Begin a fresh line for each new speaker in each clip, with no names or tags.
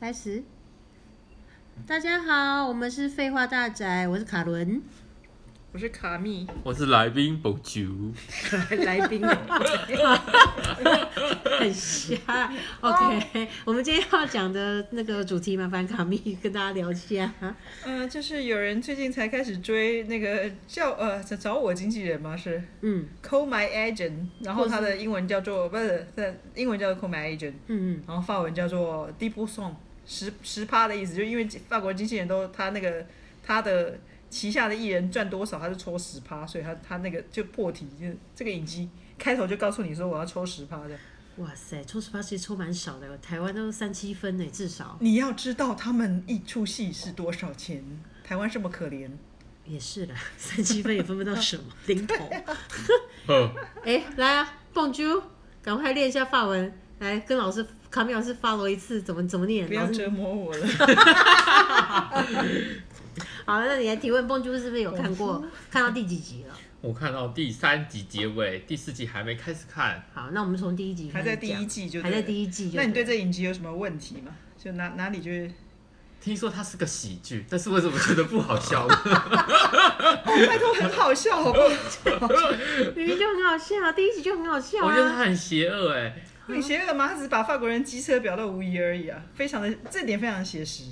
开始。大家好，我们是废话大宅，我是卡伦。
我是卡密
我是来宾博 主，
来宾欸，
很瞎。OK，我们今天要讲的那个主题，麻烦卡密跟大家聊一下。
嗯、就是有人最近才开始追那个叫呃找找我经纪人吗？是
嗯
Call My Agent，然后
或是
他的英文叫做不是，他的英文叫做 Call My Agent，
嗯
然后法文叫做 d e p Song，十十趴的意思，就因为法国经纪人都他那个他的旗下的艺人赚多少，他就抽十趴，所以他他那个就破题，就是这个影集开头就告诉你说我要抽十趴的。
嗯，哇塞，抽十八其实抽蛮少的，台湾都三七分呢，至少
你要知道他们一出戏是多少钱，台湾这么可怜。
也是啦， 三七分也分不到 什么零头。
啊
呵，
哎，来啊，蹦啾，赶快练一下法文，来跟老师卡密老师 follow 一次，怎么怎么念？
不要
老师
折磨我了。
好，那你来提问，蹦啾是不是有看过？看到第几集了？
我看到第三集结尾，第四集还没开始看，
好，那我们从第一集开
还
始
在
讲
第一季就
还在
对了
第一季就了。
那你对这影集有什么问题吗？就哪哪里就是
听说它是个喜剧，但是为什么觉得不 好笑？
哦，拜托，很好笑，哦好 不好？
明明就很好 笑，啊第一集就很好笑
我觉得它
啊。
很邪恶哎，
很邪恶吗？他只是把法国人机车表露无遗而已啊，非常的这点非常写实。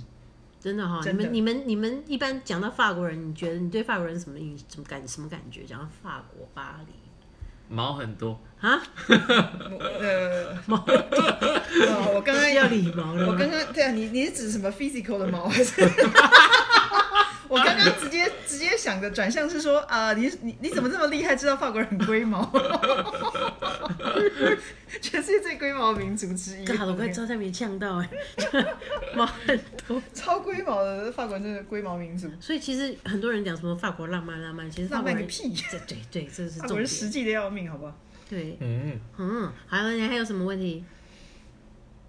真的哈、你
真的
们你们你们一般讲到法国人，你觉得你对法国人什么印什么感什么感觉？讲到法国巴黎
毛很多，
啊，
我呃，哦我刚刚
是要礼貌了
我
吗
刚？刚对啊，你你是指什么 physical 的毛还是？ 我刚刚直接直接想的转向是说啊、你你你怎么这么厉害，知道法国人龟毛？ 全世界最龟毛的民族之一。
刚好我快招太没呛到 哎、欸，毛很多。
超龟毛的法国人真的龟毛民族，
所以其实很多人讲什么法国浪漫浪漫，其实法
浪
国
漫个
人
屁！
这对对，这是
法
重
国人
点。
实际的要命，好不好？
对，
嗯，
嗯，还有你还有什么问题？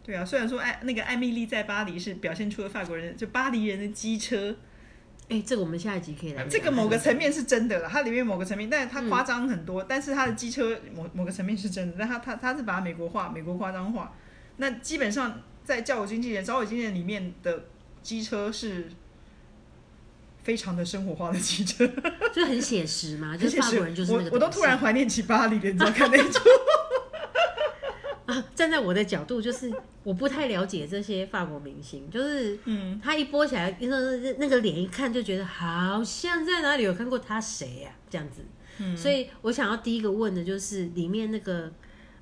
对啊，虽然说艾那个艾米丽在巴黎是表现出了法国人就巴黎人的机车，
哎、这个我们下一集可以来讲。
这个某个层面是真的了，它里面某个层面，但是
嗯
它夸张很多，但是它的机车某某个层面是真的，但它它它是把它美国化，美国夸张化。那基本上在叫我经纪人、找我经纪人里面的机车是非常的生活化的机车，
就很写实嘛，啊就
而
是
且
法国人就是那
我
个
我都
东西
突然怀念起巴黎了，你知道看那一 出，
啊，站在我的角度，就是我不太了解这些法国明星，就是
嗯。
他一播起来，那那那个脸一看就觉得好像在哪里有看过他谁呀、这样子。
嗯
所以我想要第一个问的就是里面那个，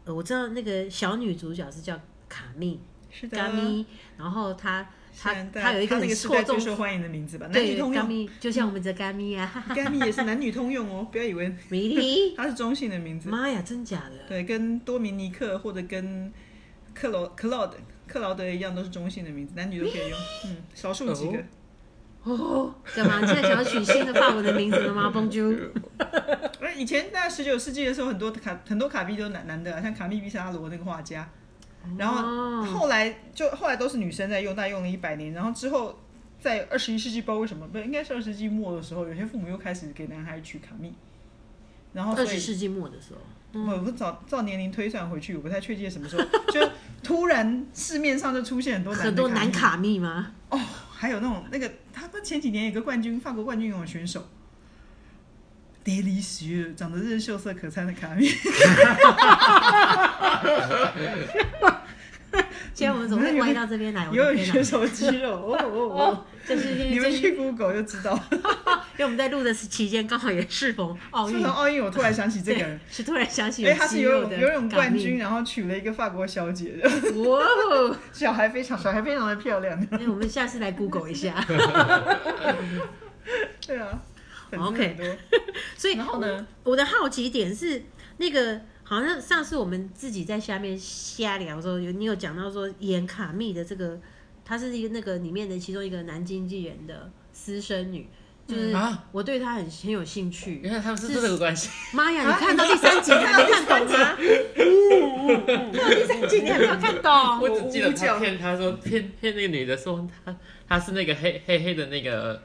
呃，我知道那个小女主角是叫卡蜜，
是的，
卡蜜，然后她她
现在
她有一
他
个
那
很
个时代
错
最
综
受欢迎的名字吧，男女
对
通
卡
用。
蜜，就像我们的卡蜜啊哈 哈
甘米也是男女通用哦，不要以为
，really？
它是中性 的名字。
妈呀，真假的？
对，跟多米尼克或者跟克劳克劳德克劳德一样，都是中性的名字，男女都可以用。嗯，少数几个
哦。
哦，干嘛？你现在想要取新的法文的名字了吗？蹦啾，
而哎以前在十九世纪的时候，很多卡很多卡比都是男男的啊，像卡密毕沙罗那个画家， 然后
哦
后来就后来都是女生在用，但用了一百年，然后之后。在二十一世纪，不知道为什么，不应该是二十世纪末的时候，有些父母又开始给男孩取卡密，然哦后所
二
以嗯
十世嗯纪末的时候，
我不照照年龄推算回去，我不太确切什么时候， 就突然市面上就出现很多男
很多男
男
卡密吗？
哦，还有那种那个他们前几年有个冠军，法国冠军游泳选手 d e l i c i 长得真是秀色可餐的卡米，嗯
现在我们总会歪到这边哎来，我
游
的
泳
天
选
哪！
手肌肉哦 哦
哦，就是
哦，
因
你
为
们
最近，
去 Google 就知道。
因为我们在录的是期间，刚好也适逢奥
自
运
从，奥运，我突然想起这个人
对，，是突然想起
因
有
为他是
肌
游
肉
泳
的
游泳
卡
冠
密
军，。然啊后娶了一个法国小姐，
哇哦！
小孩非常小孩非常的漂亮，
哎，我们下次来 Google 一下。
对啊，粉丝
OK
很多。
所以，
然后呢？
我的好奇点是那个。好像上次我们自己在下面瞎聊的时候，有你有讲到说演卡密的这个，她是一个那个里面的其中一个男经纪人的私生女，就是
啊
我对她很很有兴趣。
原来他们是这个关 系，
妈呀！你
啊
看到第三集你还没看懂吗？第三集你还没有看懂？
我只记得
我我
他骗他说骗骗那个女的说他他是那个黑黑黑的那个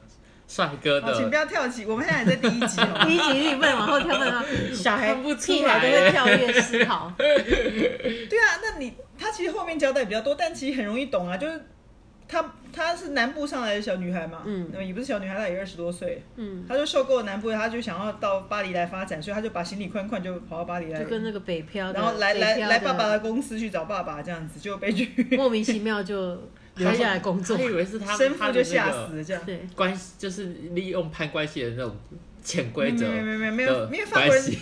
帅哥
哦好，请不
的，
要跳起，我们现在还在第一集哦。
第一集你不能往后跳，不能往后
小孩不出
屁孩
来
都会跳跃思考。
对啊，那你他其实后面交代比较多，但其实很容易懂啊，就是她她是南部上来的小女孩嘛，
嗯，
那么也不是小女孩，她也二十多岁，
嗯，
她就受够了南部，她就想要到巴黎来发展，所以她就把行李宽宽就跑到巴黎来
就，跟那个北漂的，
然后来来
北漂的
来爸爸的公司去找爸爸，这样子就被拒，
莫名其妙 就留下来工作
他，以为是他
生
他
父就
的那
吓
个
死了这样。
对，
关系，就是利用攀关系的那种潜
没
规则
没没嗯没没有，
的
因为法
关
国人
系。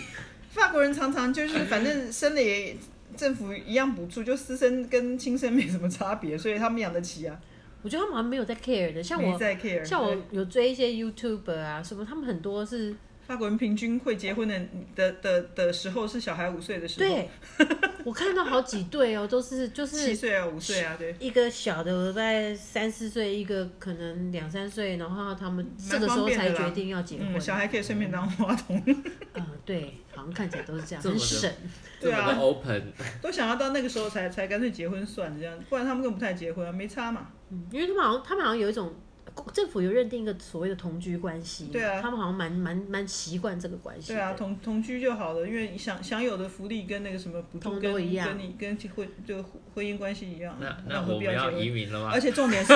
法国人常常就是，反正生了也政府一样补助，就私生跟亲生没什么差别， 所以他们养得起啊，
我觉得他们好像没有在 care 的，像
没
我
在 care。
像我
对
有追一些 YouTuber 啊什么，他们很多是
法国人平均会结婚的的的的时候是小孩五岁的时候，
对，我看到好几对哦，都是就
七
是
岁啊五岁啊，对，
一个小的大概三四岁，一个可能两三岁，然后他们这个时候才决定要结婚。
嗯，小孩可以顺便当花童，
嗯、对，好像看起来都是这样，
这么
很
的
省。
对
这么的
啊，
open，
都想要到那个时候才才干脆结婚算了这样，不然他们根本不太结婚啊，没差嘛。
嗯，因为他们好像他们好像有一种政府有认定一个所谓的同居关系，
对啊
他们好像蛮蛮蛮习惯这个关系的。
对啊，同同居就好了，因为享享有的福利跟那个什么补助
通
跟
都一样
跟你跟婚就婚姻关系一样，
那
那
那
何
我
必
们
结
要
婚
移民了吗
而？且重点是，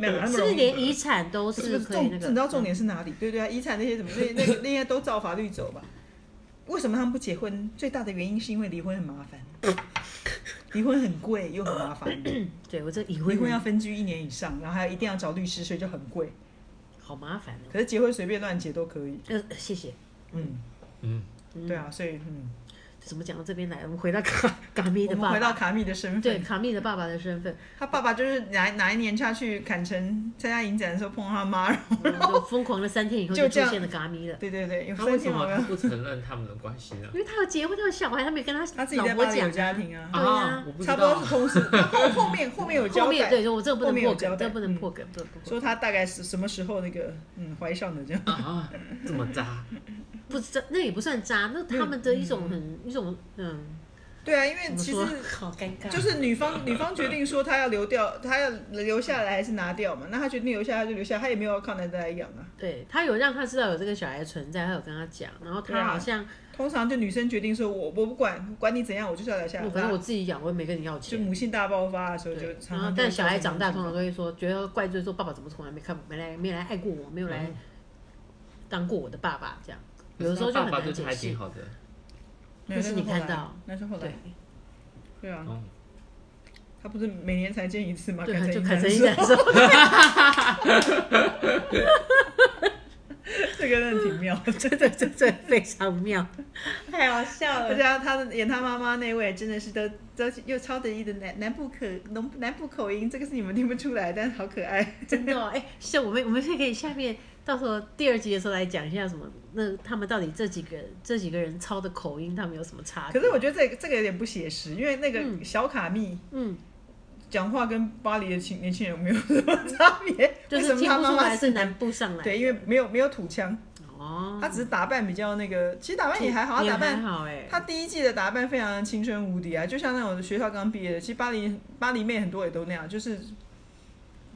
没有那么
是不
容
是
易。
连遗产都
不是不是
可以那
重，你
个？嗯
知道重点是哪里？对对啊，遗产那些什么，那那那些都照法律走吧。为什么他们不结婚？最大的原因是因为离婚很麻烦，离婚很贵又很麻烦，
嗯？对我这已
离
婚
婚要
人
分居一年以上，然后还一定要找律师，所以就很贵。
好麻烦哦。
可是结婚随便乱结都可以。
呃，谢谢。
嗯，
嗯，
嗯
对，啊，所以嗯，
怎么讲到这边来？我们回到卡卡米
我
的
们
爸
回到
爸，
卡密的身
对
份，
卡米的爸爸的身份。
他爸爸就是哪哪一年下去坎城参加影展的时候碰到他 妈，然后
然后就疯狂了三天以后
就
就出
这样，
现了嘎咪了
对对对，有
他
三
为什
天好
么他
像
不承认他们的 关系呢？
因为他有结婚，他有小孩，他没跟他
他自己
老
在
婆
巴黎有
讲。
家庭啊，
对啊
我不知
差不多
道
是。同时，后后面后面有交
后面
代，
对，我这个不
后
能
面有
破
交
梗，
代嗯
这个不能破梗，不能破梗。
说他大概是什么时候那个嗯怀上 的这样。
啊，这么渣，
不是那也不算渣，那他们的一种很一种嗯，
对啊，因为
怎么
其
说
实？
好尴尬。
就是女方女方决定说她要留掉，她要留下来还是拿掉嘛？那她决定留下来就留下，她也没有要靠男的来养啊。
对他有让他知道有这个小孩的存在，他有跟他讲，然后
对
他
啊
好像
通常就女生决定说我我不管，管你怎样，我就是要留下来。
我反正我
那
自己养，我也没跟你要
就
钱。
母性大爆发的时候就
对，
常
然后
常。
但小孩长大，通常都会说，觉得怪罪说爸爸怎么从来没看没来没来爱过我，没有来当过我的爸爸这样，有的时候就
爸
很
爸
难
对他
解
还挺
释。
好的，
没有
就是你看到，
那是后来那
对
是后来，对啊，
嗯，
她不是每年才见一次嘛？
对，
看
他
成
就
一
砍成
男
一难
生
受。
这个真的 挺妙的，真的真的。
这非常 妙，太好笑
而且。他的演他妈妈那位真的是都都又超得意的南南部口南南部口音，这个是你们听不出来，但是好可爱。
真的、哦，哎、像我们我们是可以下面到时候第二集的时候来讲一下什么，那他们到底这几个这几个人操的口音，他们有什么差
可
别？
是我觉得这个这个有点不写实，因为那个
啊嗯
小卡密
嗯，
讲话跟巴黎的青年轻人没有什么差别，
就
为什
是
么
听
他
不
妈
出
妈
来
是
是
南？
南部上来。
对，因为没有没有土腔，
哦，
他只是打扮比较那个，其实打扮也还好，他
也
打
还
扮。
好哎、
他第一季的打扮非常的青春无敌啊，就像那种学校刚毕业的，其实巴黎巴黎妹很多也都那样，就是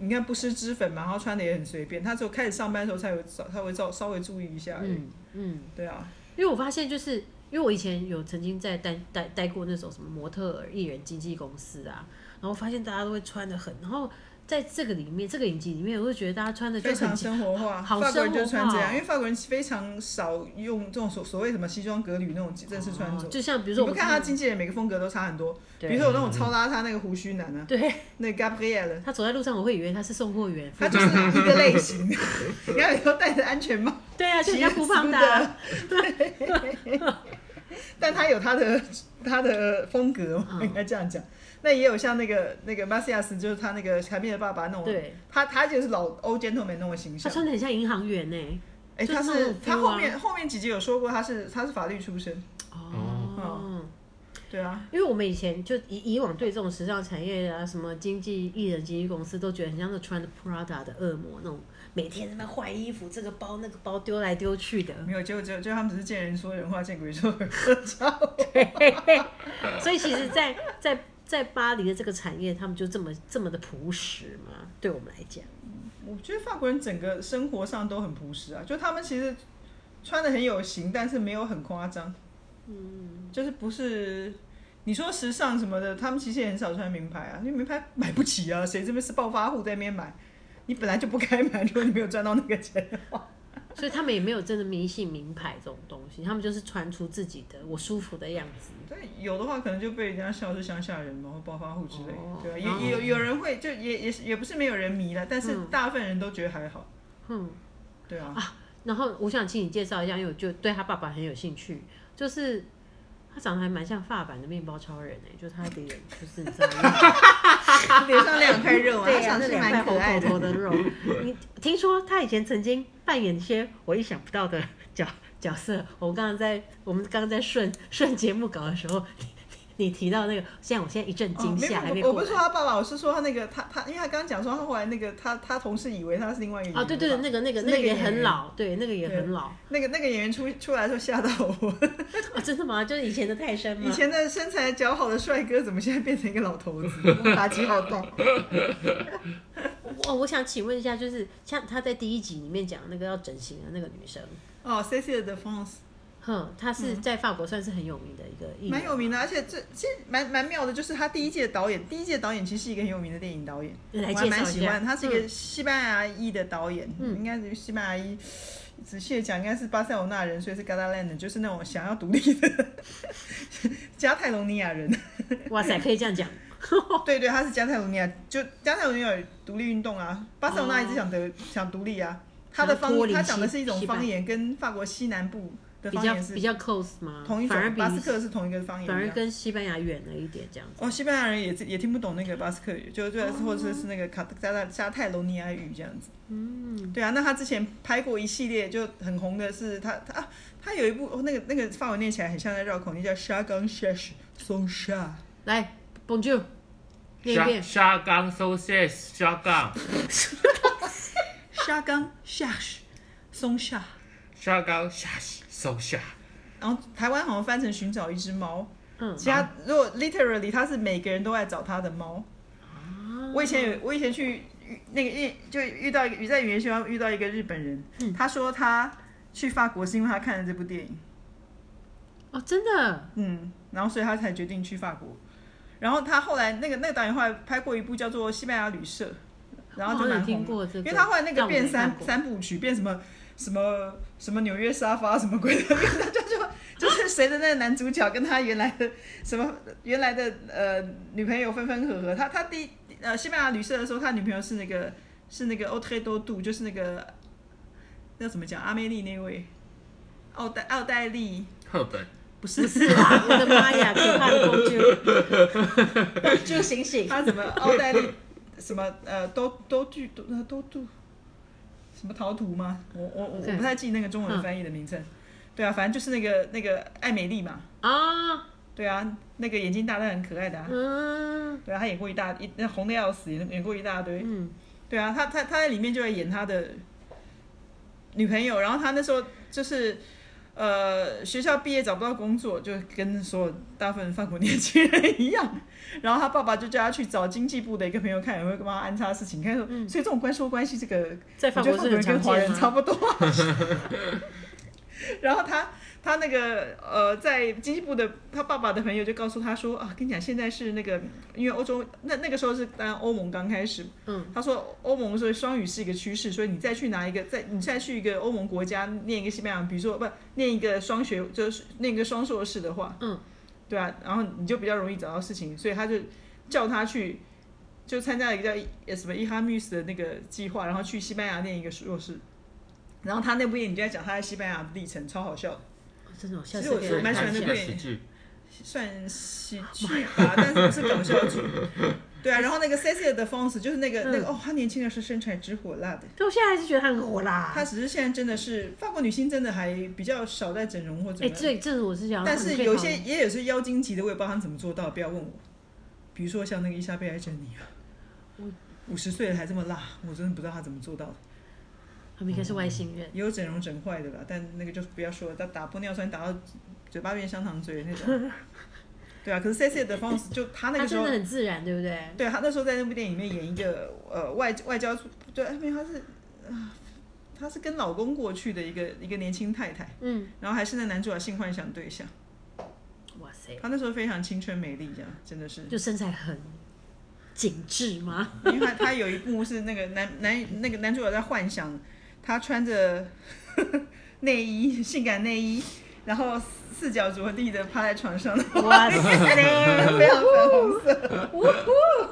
你看不施脂粉嘛，然后穿的也很随便。她只有开始上班的时候才有稍稍微稍稍微注意一下而已。
嗯嗯，
对啊，
因为我发现就是。因为我以前有曾经在待待待过那种什么模特儿艺人经纪公司啊，然后发现大家都会穿的很，然后在这个里面这个影集里面，我会觉得大家穿的就
非
很
常生活化，
好
法国人就穿这
生活化
样，
哦
因为法国人非常少用这种所所谓什么西装革履那种正式穿着。
哦就像比
比
如说我
不
们
看他经纪人每个风格都差很多，比
对
如说有那种超邋遢那个胡须男啊，
对，
那 个 Gabriel，
他走在路上，我会以为他是送货员。
他就是一个类型。 你看，有时候戴着安全帽，
对啊，就人家不胖的
的
啊。，
但他有他的 他的风格嘛，
嗯
应该这样讲。那也有像那个那个马西亚斯，就是他那个卡米的爸爸那种，
对，啊
他他就是老欧 gentleman 那种形
他
象。
穿的很像银行员呢。
哎、
就
他
是那
是
种
他
feel
后
啊
面后面几集有说过，他是他是法律出身，
哦，
对啊，
因为我们以前就以以往对这种时尚产业啊，什么经纪艺人、经纪公司，都觉得很像是穿着 Prada 的恶魔那种，每天在那换衣服，这个包那个包丢来丢去的。
没有，结果结果结果他们只是见人说人话，见鬼说鬼话。
所以其实在，在在巴黎的这个产业，他们就这么这么的朴实嘛，对我们来讲，
我觉得法国人整个生活上都很朴实啊，就他们其实穿的很有型，但是没有很夸张。嗯，就是不是你说时尚什么的，他们其实也很少穿名牌啊，因为名牌买不起啊，谁这边是暴发户在那边买？你本来就不该买，如果你没有赚到那个钱的 话。
所以他们也没有真的迷信名牌这种东西，他们就是穿出自己的我舒服的样子。
对，有的话可能就被人家笑是乡下人嘛，或暴发户之类的，
哦
对吧？啊
然后
也也有有人会，就也也是也不是没有人迷了，但是
嗯
大部分人都觉得还好，
嗯，
对啊。
然后我想请你介绍一下，因为我就对他爸爸很有兴趣，就是他长得还蛮像发版的面包超人哎、就是他的脸就是你知道吗？
脸上两块肉啊，
对
他
呀、
长
那
得是
两
蛮
块
可爱
红头。头
的
的肉。你听说他以前曾经扮演一些我意想不到的角角色。我刚刚在我们刚刚在顺顺节目稿的时候， 你你你提到那个，现在我现在一阵惊吓，还
哦没
没
有，我
过
我不
来
是说他爸爸，我是说他那个他他，因为他刚刚讲说他后来那个他他同事以为他是另外一个演员
啊，对对，
嘛
那个那个
是
那个也
演员
很老，对，那个也很老
那个那个演员出出来的时候吓到 我，
啊，真的吗？就是以前的泰山吗？
以前的身材姣好的帅哥，怎么现在变成一个老 头子？打击好大。
哦，我想请问一下，就是像他在第一集里面讲那个要整形的那个女生，
哦，Cecil de France
哼，她是在法国算是很有名的一个艺
蛮
人，
嗯有名的，而且这其实蛮蛮妙的，就是他第一届导演，第一届导演其实是一个很有名的电影导演，
来介
我还
绍
蛮
一
喜
下
欢。，他是一个西班牙裔的导演，
嗯
应该是西班牙裔。仔细的讲，应该是巴塞罗那人，所以是嘎达兰人，就是那种想要独立的 加泰隆尼亚人。
嗯哇塞，可以这样 讲，哦
对对，他是加泰罗尼亚，就加泰罗尼亚有独立运动啊，巴塞罗那一直想得、想独立啊。他的
哦想要脱
方
离
他讲的
西
是一种
西班牙
方言，跟法国西南部的
比
方
较
言是
比较 close 吗？
同一
反而
种，
比
巴斯克是同一个方言
反
一
而
样。
跟西班牙远了一点这样子。
哦，西班牙人也自也听不懂那个巴斯克语，就就或者是那个卡加泰加泰罗尼亚语这样子。嗯，对啊，那他之前拍过一系列就很红的是他他、啊、他有一部、哦、那个那个法文念起来很像在绕口令，叫《沙冈 s h a s h 松沙
来，Bonjour，念一
沙
遍，
沙冈 so sad，沙冈
沙冈 s h a s h 松沙。
沙冈沙 so 沙，
然后台湾好像翻成寻找一只猫，
嗯
其他如果 literally 它是每个人都在找他的猫。我以前有，我以前去遇那个日就遇到一个在语言学校遇到一个日本人，他说他去法国是因为他看了这部电影，
哦，真的，
嗯，然后所以他才决定去法国。然后他后来那个那个导演后来拍过一部叫做《西班牙旅社》，然后
我好
就
像
蛮
有听
红的。
过这个，
因为他后来那
但
个
我
变
没看
三
过
三部曲，变什么什么什么纽约沙发什么鬼的，就就就是谁的那个男主角跟他原来的什么原来的呃女朋友分分合合。他他第一呃西班牙旅社的时候，他女朋友是那个是那个 o t r e d o d 就是那个那怎么讲阿梅丽那位哦奥黛奥黛丽
赫本
不是
不是啊，我的妈呀，可怕的工具，就醒醒，
他什么奥黛丽，什么呃，都都剧都呃都都，什么陶图吗？我我我我不太记那个中文翻译的名称。对啊，反正就是那个那个艾美丽嘛。
啊，
对啊，那个眼睛大但很可爱的啊。
嗯
对啊，她演过一大一那红的要死，演演过一大堆。
嗯，
对啊，他他他在里面就在演他的女朋友，然后他那时候就是呃学校毕业找不到工作，就跟所有大部分法国年轻人一样，然后他爸爸就叫他去找经济部的一个朋友看有没有帮他安插事情，看说，所以这种官说关系这个
在法国
我觉
是
得
很常
跟华
见啊
人差
吗？
不多。 然后他他那个呃，在经济部的他爸爸的朋友就告诉他说啊，跟你讲，现在是那个因为欧洲那那个时候是当然欧盟刚开始，
嗯，
他说欧盟说双语是一个趋势，所以你再去拿一个再你再去一个欧盟国家念一个西班牙，比如说不念一个双学就是念一个双硕士的话，
嗯，
对啊，然后你就比较容易找到事情，所以他就叫他去。就参加了一个叫呃什么伊哈密斯的那个计划，然后去西班牙念一个硕士，然后他那部电影就在讲他在西班牙的历程，超好笑的，
哦真的，我下
其
次
实我
可以
觉得
来
蛮喜
看
欢
一
那
下
部
个
电影
喜剧，
算喜剧 吧，但是是搞笑剧。对啊，然后那个 Cecil 的 France 就是那个、
嗯
那个哦，她年轻的时候身材直火辣的，
对，我现在还是觉得他很火辣。
她只是现在真的是法国女星，真的还比较少在整容或怎
哎，
么样。
这这个我是想，
但是有些也有些妖精级的，我也不知道他们怎么做到，不要问我。比如说像那个伊莎贝尔·珍妮啊，五十岁了还这么辣，我真的不知道她怎么做到的。
他们应该是外星人。
也有整容整坏的啦，但那个就不要说了，打打玻尿酸打到嘴巴变香肠嘴 那种。对啊，可是 Cecil 的 France 就他那
他
个时
真
候
的，很自然，对不对？
对他那时候在那部电影里面演一个呃外外交，对，哎没有他是啊、他是跟老公过去的一个一个年轻太太，
嗯，
然后还是那男主角性幻想对象。
哇塞，塞，
她那时候非常青春美丽，这样真的是。
就身材很紧致吗？
因为他他有一幕是那个男男那个男主角在幻想，他穿着 内衣性感内衣，然后四脚着地的趴在床上，
哇塞，
非常粉红色。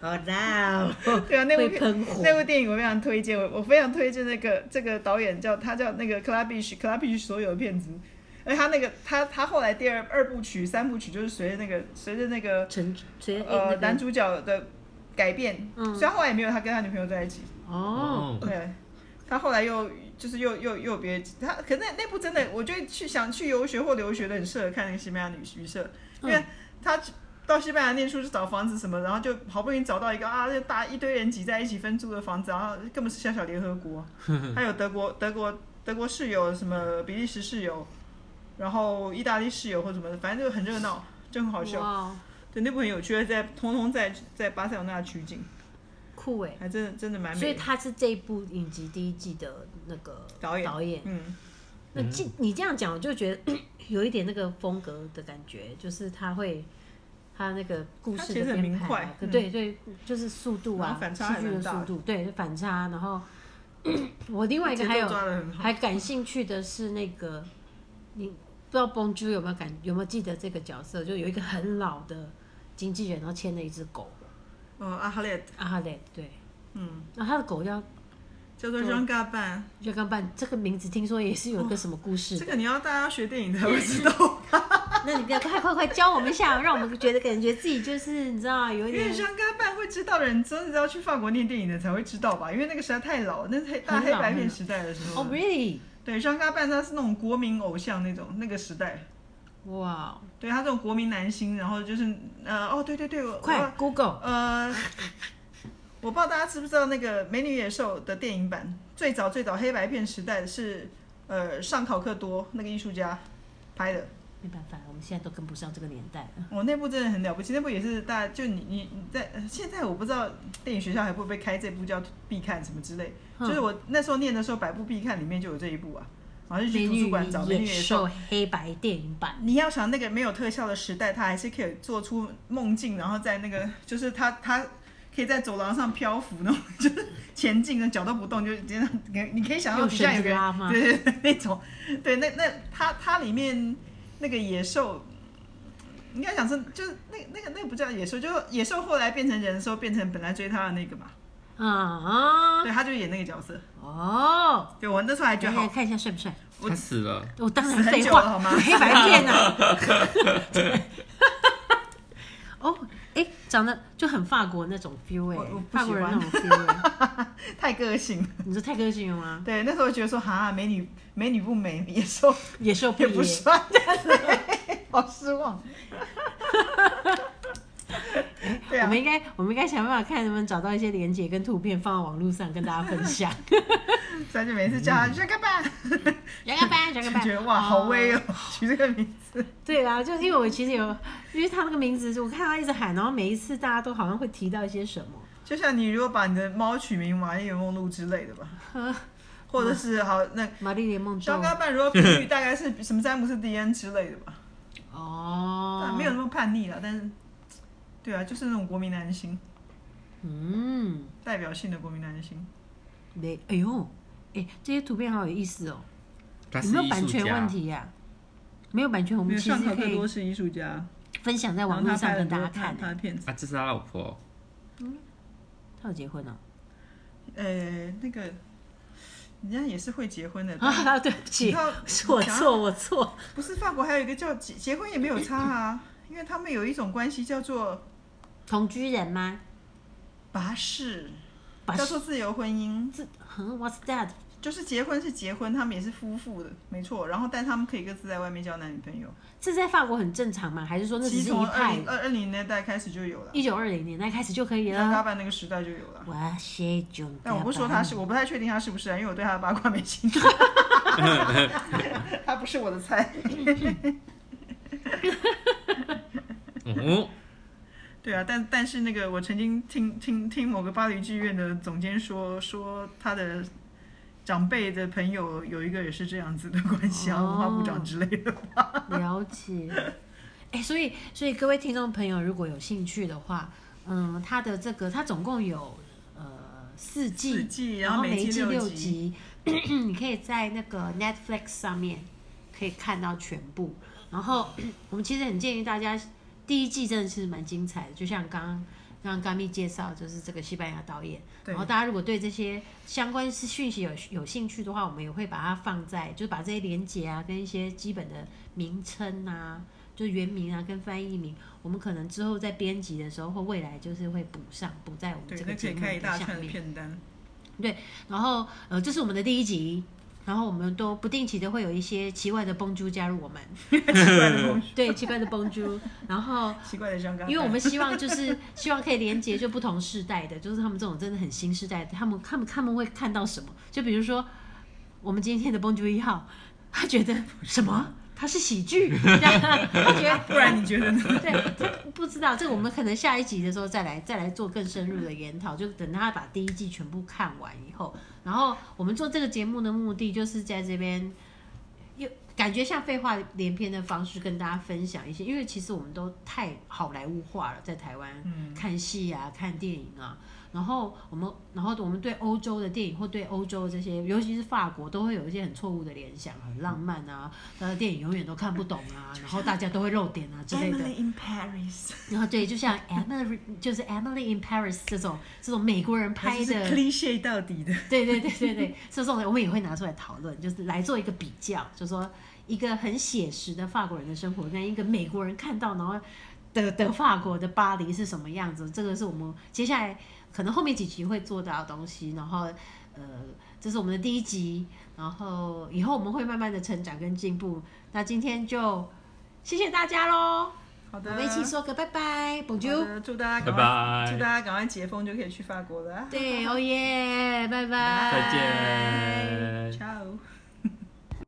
好辣哦！
对啊，那部
会
片
喷火
那部电影我非常推荐，我我非常推荐那个这个导演叫他叫那个克拉比什克拉比什所有的片子，而且他那个他他后来第二二部曲三部曲就是随着那个随着那 个
陈谁
呃
那
男
个
主角的改变，
嗯
虽然后来也没有他跟他女朋友在一起。
哦，
哦，
对，他后来又就是又又又有别他，可是那那部真的，我觉得去想去游学或留学的很适合看那个西班牙旅旅社，因为他到西班牙念书就找房子什么，然后就好不容易找到一个啊，就大一堆人挤在一起分租的房子，然后根本是小小联合国，还有德国德国德国室友什么比利时室友，然后意大利室友或什么的，反正就很热闹，就很好笑。
哇，哦
对，那部很有趣，在通通在在巴塞罗那取景，
酷哎！
还真的真的蛮美的。
所以他是这一部影集第一季的那个
导演
导演。
嗯。
那这你这样讲，我就觉得 有一点那个风格的感觉，就是他会他那个故事的
它其实很
编
明
排、啊
快，嗯
对对，就是速度
然
啊，
后反差
戏
还
剧的
蛮大
速
的
度，对反差。然 后我另外一个
节奏
还有
抓得很好，
还感兴趣的是那个，你不知道 b o n j u 有没有感有没有记得这个角色？就有一个很老的经纪人，然后牵了一只狗，
哦，阿哈列，
阿哈雷，对，
嗯，
那他的狗叫
叫做 Jean g a b a
就刚办，这个名字听说也是有一个什么故事
哦这
的。
个你要大家学 电影才会知道，
那你不要快快快教我们一下，让我们觉得感觉自己就是你知道有一
因为
点
Jean g a b a 会知道的人，真的要去法国念电影的才会知道吧？因为那个实在太老，那黑大
很
黑
老
白
很
片
老
时代的时
哦、
候
r，e a l l y
对，Jean g a b a 他是那种国民偶像那种那个时代，
哇，
对他这种国民男星，然后就是呃，哦，对对对，我
快
我
Google
呃。我不知道大家知不知道那个《美女野兽》的电影版，最早最早黑白片时代是，呃，尚考克多那个艺术家拍的，
没办法，我们现在都跟不上这个年代了。
我哦那部真的很了不起，那部也是大，就你你你在呃现在我不知道电影学校还会不会开这部叫必看什么之类，
嗯
就是我那时候念的时候，百部必看里面就有这一部啊，然后就去
美
图
女
书馆找美
野
女野兽
兽。黑白电影版，
你要想那个没有特效的时代，他还是可以做出梦境，然后在那个就是他他可以在走廊上漂浮，那种就是前进，的脚都不动，就这样。你可以想象
用
底下
绳子
有个人
拉吗？
对对对，那种，对，那那它它里面那个野兽，应该讲是就是那那个那个不叫野兽，就是野兽后来变成人的时候，变成本来追他的那个嘛，
啊，
对，他就演那个角色。
哦，
对我那时候还觉
来
得
来
好，
看一下帅不帅？
我
他死了，
我、当然
死很
废
久了
话
好，吗
黑白片啊。 哦，哎、长得就很法国那种 feel 哎、
我我不
法国人
喜
那
欢
种 feel 哎、
太个性了。
你说太科学了吗？
对，那时候觉得说哈，美女美女不美，野兽
野兽不
也不
野，
帅，对 好失望。对
我
啊
们，应该我们应该想办法看能不能找到一些连接跟图片放到网络上跟大家分 享。
所以就每次叫
嗯
他这个吧，
加个班，加个
就
班，
觉得哇好威
哦。
哦，取这个名字。
对啊，就因为我其实有，因为他那个名字，我看他一直喊，然后每一次大家都好像会提到一些什么。
就像你如果把你的猫取名马丽莲梦露之类的 吧，或者是好那
玛丽莲梦
张
中
嘎半如果频率大概是什么詹姆斯迪恩之类的吧，
哦
但，啊没有那么叛逆了，但是对啊，就是那种国民男星，
嗯，
代表性的国民男星。
没，哎呦，哎，这些图片好有意思哦，
他
有
是
没有
艺
版
术
权
家
问题呀、没有版权，我
因
们
为
其实
上考
可
克多
以
是艺术家，
分享在
然
网
后
络
他
上
拍
跟
很
大家
多
看。
他的片子。
啊，这是他老婆，
他有结婚哦 了、
呃，那个人家也是会结婚的，但
啊？对不
你
起
知，道
是我
想要
错，我错。
不是法国还有一个叫结结婚也没有差啊，因为他们有一种关系叫做
同居人吗？
拔氏，
把
叫做自由婚姻。
这嗯，What's that？
就是结婚是结婚，他们也是夫妇的，没错。然后，但他们可以各自在外面交男女朋友。
这在法国很正常吗？还是说那
其
只
实
是一
从二
派
零？二二零年代开始就有了，
一九二零年啊代开始就可以
像
了
嘎。巴那个时代就有了。
哇塞，就
但我不说他是，我不太确定他是不是啊，因为我对他的八卦没 兴趣， 他不是我的菜。
嗯，
对啊，但但是那个我曾经听听听某个巴黎剧院的总监说说他的。长辈的朋友有一个也是这样子的关系啊，
哦
文化部长之类的。
了解。哎、所以所以各位听众朋友，如果有兴趣的话，嗯，它的这个它总共有呃四季，
四季，
然
然
后
后
每
季
季六
集，
集， 你可以在那个 Netflix 上面可以看到全部。然后 我们其实很建议大家，第一季真的是蛮精彩的，就像刚刚让 g a m i 介绍，就是这个西班牙导演。
对
然后大家如果对这些相关是讯息有有兴趣的话，我们也会把它放在，就是把这些连接啊，跟一些基本的名称啊，就原名啊，跟翻译名，我们可能之后在编辑的时候或未来就是会补上，补在我们
对
这，个
那可
节
以
目
看一
的
大
下
串的
面。
片单。
然后呃，这是我们的第一集，然后我们都不定期的会有一些奇怪的蹦珠加入我们，
奇怪的东西，
对，奇怪的蹦珠，然后。
奇怪的香港，
因为我们希望就是希望可以连接就不同世代的，就是他们这种真的很新世代的，他们他们他们会看到什么？就比如说我们今天的蹦珠一号，他觉得什么？他是喜剧， 这样他觉得
不然你觉得呢？
对，他不知道这个，我们可能下一集的时候再来再来做更深入的研讨，就等他把第一季全部看完以后，然后我们做这个节目的目的就是在这边，又感觉像废话连篇的方式跟大家分享一些，因为其实我们都太好莱坞化了，在台湾
嗯，
看戏啊、看电影啊，然后我们然后我们对欧洲的电影或对欧洲这些，尤其是法国，都会有一些很错误的联想，很浪漫啊，他的电影永远都看不懂啊，然后大家都会漏点啊之类的。
Emily in Paris，
然后对，就像 Emily 就是 Emily in Paris 这种这种美国人拍
它就是
的，
cliche 到底的，
对对对对对，这种的我们也会拿出来讨论，就是来做一个比较，就说一个很写实的法国人的生活跟一个美国人看到然后的的法国的巴黎是什么样子，这个是我们接下来可能后面几集会做到的东西，然后呃，这是我们的第一集，然后以后我们会慢慢的成长跟进步，那今天就谢谢大家喽，
好
我
的，
们一起说个拜拜，Bonjour
好。的，祝大家
拜
赶快，
拜
祝，大家赶快解封就可以去法国了啊。
对，哦耶，拜拜，
再见。